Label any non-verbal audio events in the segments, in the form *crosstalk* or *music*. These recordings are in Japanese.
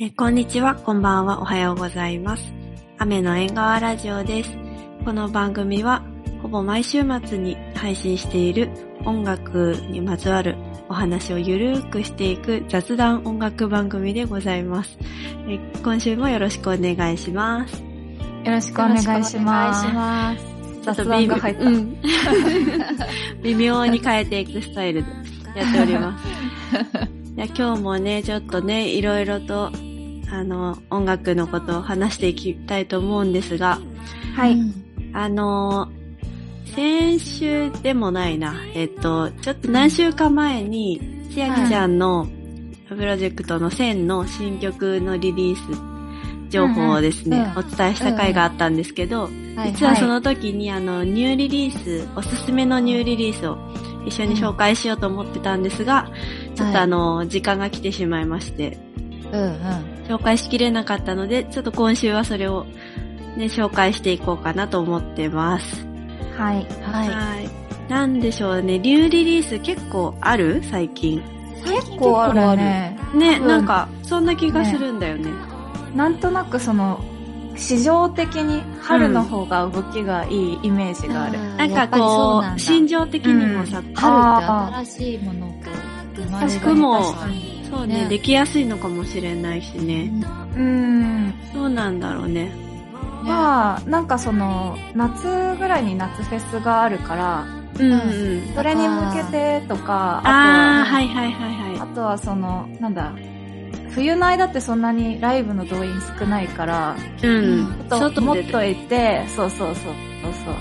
えこんにちは、こんばんは、おはようございます。雨の縁側ラジオです。この番組は、ほぼ毎週末に配信している音楽にまつわるお話をゆるーくしていく雑談音楽番組でございます。え今週もよろしくお願いします。よろしくお願いします。雑談が入った。ちょっと微妙うん *laughs* 微妙に変えていくスタイルでやっており *laughs* ます。いや今日もね、ちょっとね、いろいろと、あの、音楽のことを話していきたいと思うんですが、はい。あの、先週でもないな、えっと、ちょっと何週間前に、千秋ちゃんのプロジェクトの1000の新曲のリリース情報をですうんねう、んお伝えした回があったんですけど、実はその時にあの、ニューリリース、おすすめのニューリリースを一緒に紹介しようと思ってたんですが、ちょっとあの、時間が来てしまいまして、うんうん。紹介しきれなかったので、ちょっと今週はそれをね、紹介していこうかなと思ってます。はい。はい。い。なんでしょうね、ニューリリース結構ある最近。結構あるね。ね、うんなんか、そんな気がするんだよね。なんとなくその、市場的に春の方が動きがいいイメージがある。なんかこう、心情的にもさ、あ春って新しいものが生まれ確かに確かにそうねねできやすいのかもしれないしね。うん。そうなんだろうね。はまあ、なんかその、夏ぐらいに夏フェスがあるから、うんうん。それに向けてとか、あー、あはいはいはいと、はあとはその、なんだ、冬の間ってそんなにライブの動員少ないから、い。うん。ちょっともっでといて、そうそうそうそうそう。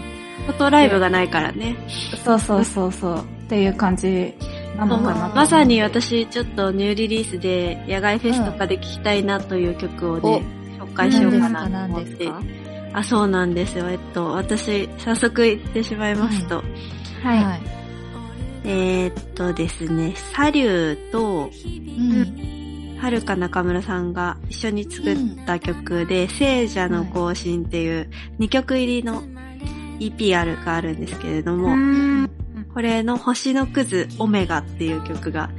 外ライブがないからね。そうそうそうそう。っていう感じなのかなまさに私、ちょっとニューリリースで、野外フェスとかで聴きたいなという曲をね、紹介しようかなと思っ何ですてか。何あ、そうなんですよ。えっと、私、早速言ってしまいますと、い。はい。えーっとですね、サリューと、うん。はるか中村さんが一緒に作った曲で、聖者の行進っていう2曲入りの EPR があるんですけれども、ん。これの星のくずオメガっていう曲が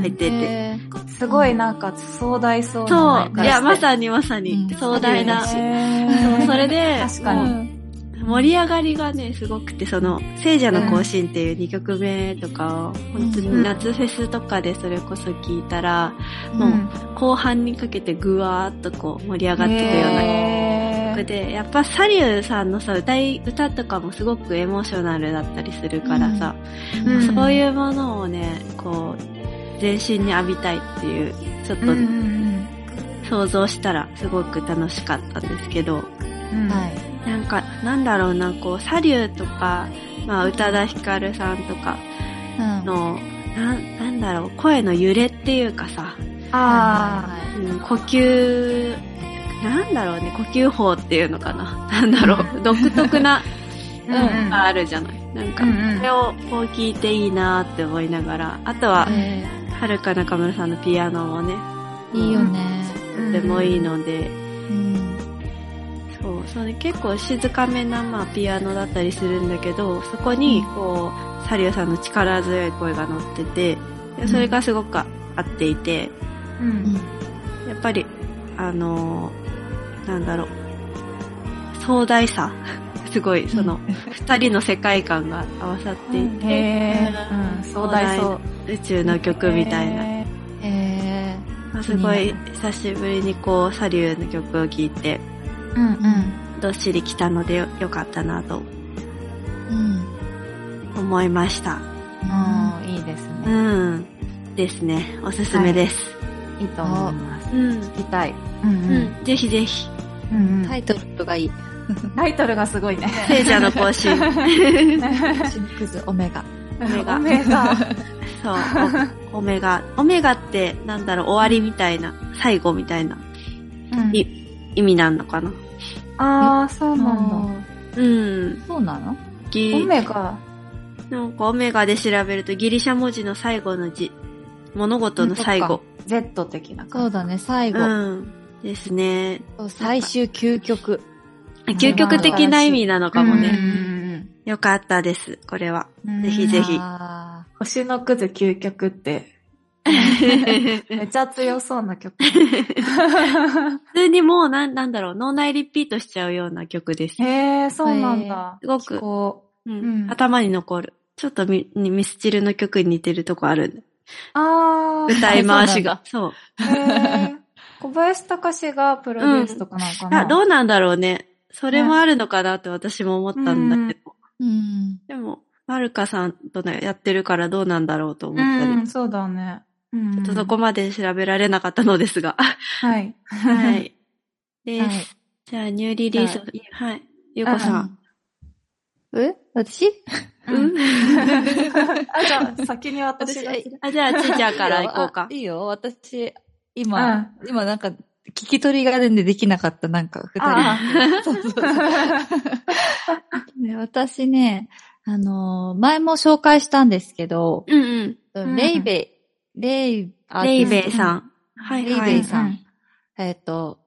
入ってて、へーすごいなんか壮大そうそな。う。いや、まさにまさうにん、壮大な。そそうそれで、確かにもう盛り上がりがね、すごくて、その、聖者の行進っていう2曲目とかを、本当に夏フェスとかでそれこそ聞いたら、うんもう後半にかけてぐわーっとこう盛り上がってくような曲で、やっぱサリューさんのさ、歌い、歌とかもすごくエモーショナルだったりするからさ、うんうんそういうものをね、こう、全身に浴びたいっていう、ちょっと想像したらすごく楽しかったんですけど、はい。なんか、なんだろうな、こう、サリューとか、まあ、宇多田ヒカルさんとかうん。の、なん、なんだろう、声の揺れっていうかさ、あうん、呼吸、なんだろうね、呼吸法っていうのかな。 *laughs* なんだろう、独特 *laughs* な、うんうん、あるじゃない。なんか、うんうんそれをこう聞いていいなって思いながら、あとはあ。、えはるか中村さんのピアノもね、ーいいよね。とてもいいので、うん。そう、それ結構静かめな、まあ、ピアノだったりするんだけど、そこに、こう、サリューさんの力強い声が乗ってて、でそれがすごく合っていて、ううんん。やっぱり、あのーなんだろう、壮大さ、 *laughs* すごい、その、二人の世界観が合わさっていて、へーうん壮大そう。宇宙の曲みたいな。へえまあすごい、久しぶりにこう、サリューの曲を聴いて、ー。うんー。うん。どっしり来たのでよよかったなとうん。思いました。うん。いいですうね。ん。ですね。おすすめです。いいと思います。うん。聞きたい。ううん。ぜひぜひ。うんタイトルがいい。タイトルがすごいね。聖者の更 *laughs* 新。シンクズオメガ。メガオメガ。そう。おオメガ。オメガって、なんだろう、終わりみたいな、最後みたいなうん意味なんのかな。ああ、そうなんだ。うん。そうなのオギメガ。なんかオメガで調べるとギリシャ文字の最後の字。物事の最後。 Z 的なそ感うじ。だね、最う後。ん。ですね。最終究極。究極的な意味なのかもうんね。うんうんよかったです。これは。うんぜひぜひあ星のくず究極ってめっちゃ強そうな曲。普通にもうなんなんだろう、脳内リピートしちゃうような曲です。へえ、そうなんだ。すごく聞こううんうん頭に残る。ちょっとミミスチルの曲に似てるとこある。あー。歌い回しが。そうそうなんだ。へー小林隆史がプロデュースとかなのかな、あ。どうなんだろうね。それもあるのかなって私も思ったんだけど。うん。でも、マルカさんとねやってるからどうなんだろうと思うったり。ん、そうだね。うん、ちょっとそこまで調べられなかったのですが。はい。は。い。です。はいじゃあ、ニューリリース。はい。ゆうこさん。え私ううん *laughs* ん。あ、じゃあ、先に私が。私あ、じゃあ、ちーちゃんから行こうかあ。いいよ、私、今、今なんか、聞き取りが全然できなかった、なんか、二あ人。 *laughs* そうそうそうで私ね、あのー前も紹介したんですけど、うんうん。んレイベイ、レイ、アーレイティスベトイさん。はいレイはベイい。さん。えっ、と、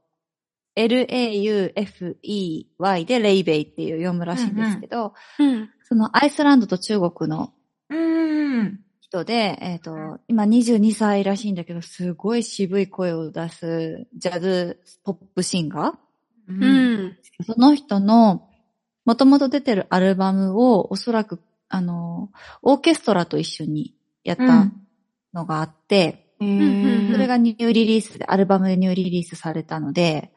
L-A-U-F-E-Y でレイベイっていう読むらしいんですけど、うん。そのアイスランドと中国のうん。人で、えっ、と、今22歳らしいんだけど、すごい渋い声を出すジャズポップシンガう。うんん。ーその人の、もともと出てるアルバムを、おそらく、あの、オーケストラと一緒にやったのがあって、ううんうんそれがニューリリースで、アルバムでニューリリースされたので、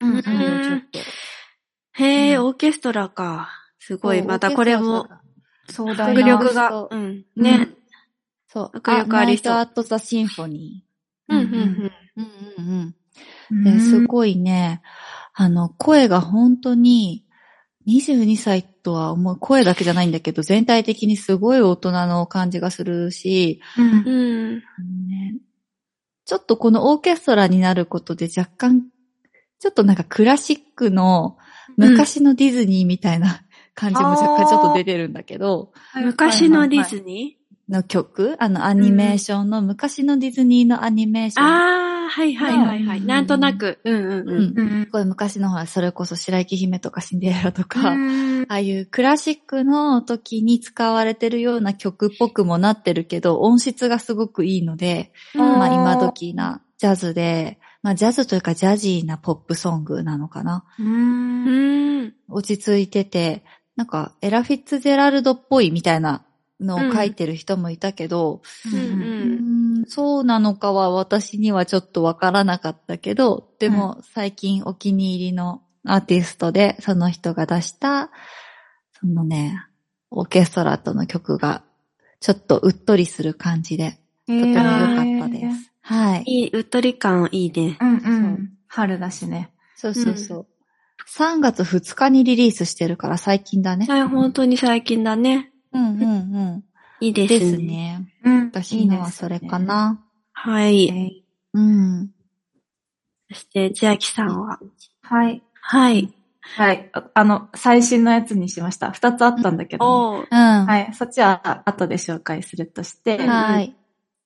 うんそれをちょっと。へえ、うんオーケストラか。すごい。そうまたこれも、、壮大迫な。力そがう。うん。うんね。そう、迫力ありそうナイト・アット・ザ・シンフォニうんううんんうん。ー。うんうんうん。うんですごいね、あの、声が本当に、22歳とは思う、声だけじゃないんだけど、全体的にすごい大人の感じがするし、うんうん。ねちょっとこのオーケストラになることで若干、ちょっとなんかクラシックの昔のディズニーみたいな感じも若干ちょっと出てるんだけど、昔のディズニの曲、あのアニメーションの、昔のディズニーのアニメーシーョンああ、はいはいはいはい。うんなんとなく。うんうんう。うんん。すごい昔のほら、それこそ白雪姫とかシンデレラとか、あん。あいうクラシックの時に使われてるような曲っぽくもなってるけど、音質がすごくいいので、まあー今時なジャズで、まあジャズというかジャジーなポップソングなのかな。うーん。落ち着いてて、なんかエラ・フィッツジェラルドっぽいみたいなのを書いてる人もいたけど、うんう。うんんそうなのかは私にはちょっとわからなかったけど、でも最近お気に入りのアーティストで、その人が出した、そのね、オーケストラとの曲が、ちょっとうっとりする感じで、とてとても良かったすです。はい。いい、うっとり感いいね。うんうん。春だしね。そうそうそう。3月2日にリリースしてるから最近だね。はい、本当に最近だね。うんうんうん。いいでですすね。ね。うん私のはそれか。な。はい。はい。うん。そして、千秋さんは。はい。はい。はい。ああの、最新のやつにしました。二つあったんだけどおね。ー。うん。は。はいい。そっちは後で紹介するとして。うんはい。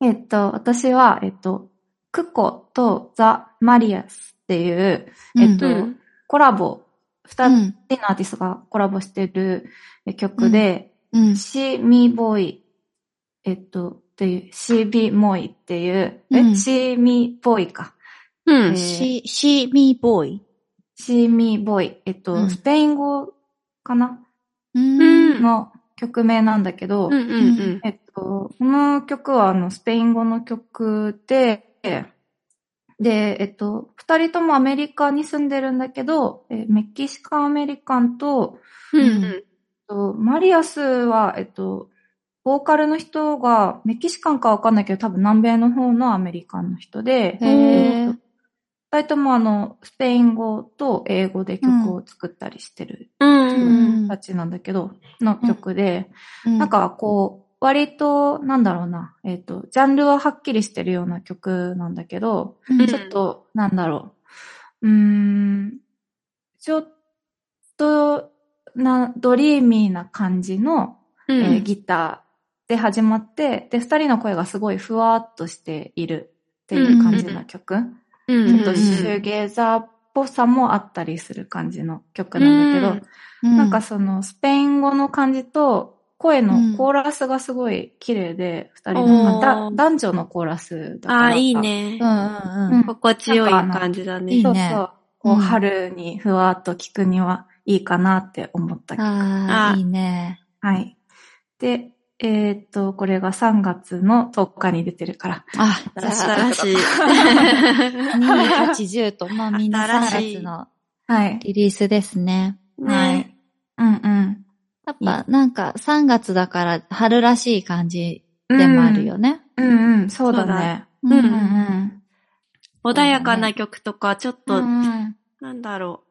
えっと、私は、えっと、クコとザ・マリアスっていうえっとうん。コラボ、う二人んのアーティストがコラボしてるえ曲で、うん。シー・ミー・ボーイ、えっと、っていう、シー・ビー・モイっていう、うえ、んシー・ミー・ボーイか。うん。えーし、し、みーぼーい。シー・ミー・ボーイ、えっと、うんスペイン語かなううんの曲名なんだけど、うんうんうん。えっと、この曲はあのスペイン語の曲で、で、えっと、二人ともアメリカに住んでるんだけど、えメキシカンアメリカンと、うんうん。えっとマリアスは、えっと、ボーカルの人が、メキシカンかわかんないけど、多分南米の方のアメリカンの人で、へーえっと二人ともあの、スペイン語と英語で曲を作ったりしてるうんうん。人たちなんだけど、の曲で、ななん、かこう、割と、なんだろうな、えっ、と、ジャンルははっきりしてるような曲なんだけど、うんうんちょっと、なんだろう、うーん、ちょっと、な、ドリーミーな感じの、うんえうーんギターで始まって、で、二人の声がすごいふわっとしているっていう感じの曲。うん。ちょっとシうんューゲーザーっぽさもあったりする感じの曲なんだけど、うんなんか、そのスペイン語の感じと、声うんのコーラスがすごい綺麗で、二、人おの、ーだ男女のコーラスだから。ああ、いい。ねう。んうんうん。心地よい感じだいいねね。そうそう。こううん春にふわっと聞くにはいいかなって思った。あああ、いいね。はい。で、えーっと、これが3月の10日に出てるから。あ、新しい。 *laughs* 28、10と、まあみんな3新しい月のはい。リリースですね。はね。い。うんうん。やっぱなんか3月だから春らしい感じでもあるよね。うん。うんうん、そうだね。んううんううんん穏やかな曲とか、ちょっうと、ん。なんだろう。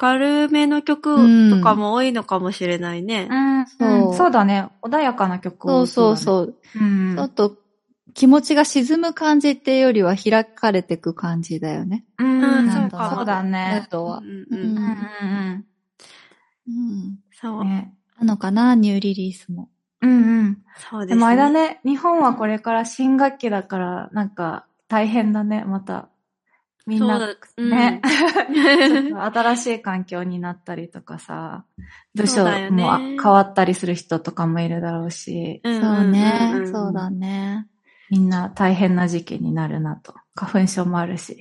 明るめの曲とかも多いのかもしれないね。うん、そうそうだね。穏やかな曲そうそうう。そう。うんちょっと気持ちが沈む感じっていうよりは開かれてく感じだよね。うん、そうそうかもだムねー。ドは。うんううんんうんうんうん。そう。ねなのかな、ニューリリースも。うんうん。そうでですね。もあれだね、日本はこれから新学期だから、なんか大変だね、また。みんそうな、だ。うんね。 *laughs* うん新しい環境になったりとかさ、部そ署うだよねも変わったりする人とかもいるだろうし、 *laughs* うんそうね、んそうだね。みんな大変な時期になるなと。花粉症もあるし。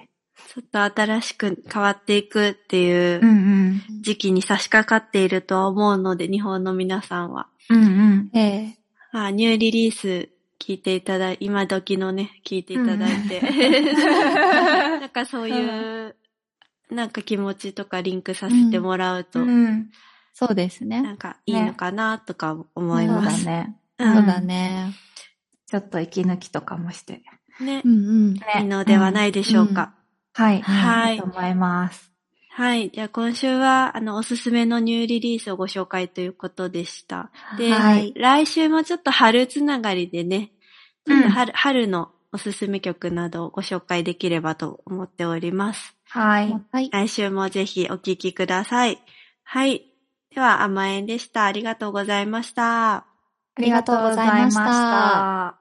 ちょっと新しく変わっていくっていううん時期に差し掛かっているとは思うので、日本の皆さんは。うん。うんうん。ええまあ、ニューリリース聞いていただい、今時のね、聞いていただいて。 *laughs* なんかそういう、なんか気持ちとかリンクさせてもらうと、 *laughs* うん。そうですね。なんかいいのかなとか思いそうまだす。ね。うんそうだね。ちょっと息抜きとかもして。ねう。んうん。いいのではないでしょうか。はい。ははいいいと思います。はい。じゃあ今週は、あの、おすすめのニューリリースをご紹介ということでした。で、はい来週もちょっと春つながりでね、ちょっと春、春のおすすめ曲などをご紹介できればと思っております。はい。はい。来週もぜひお聴きください。はい。では、甘えんでした。ありがとうございました。ありがとうございました。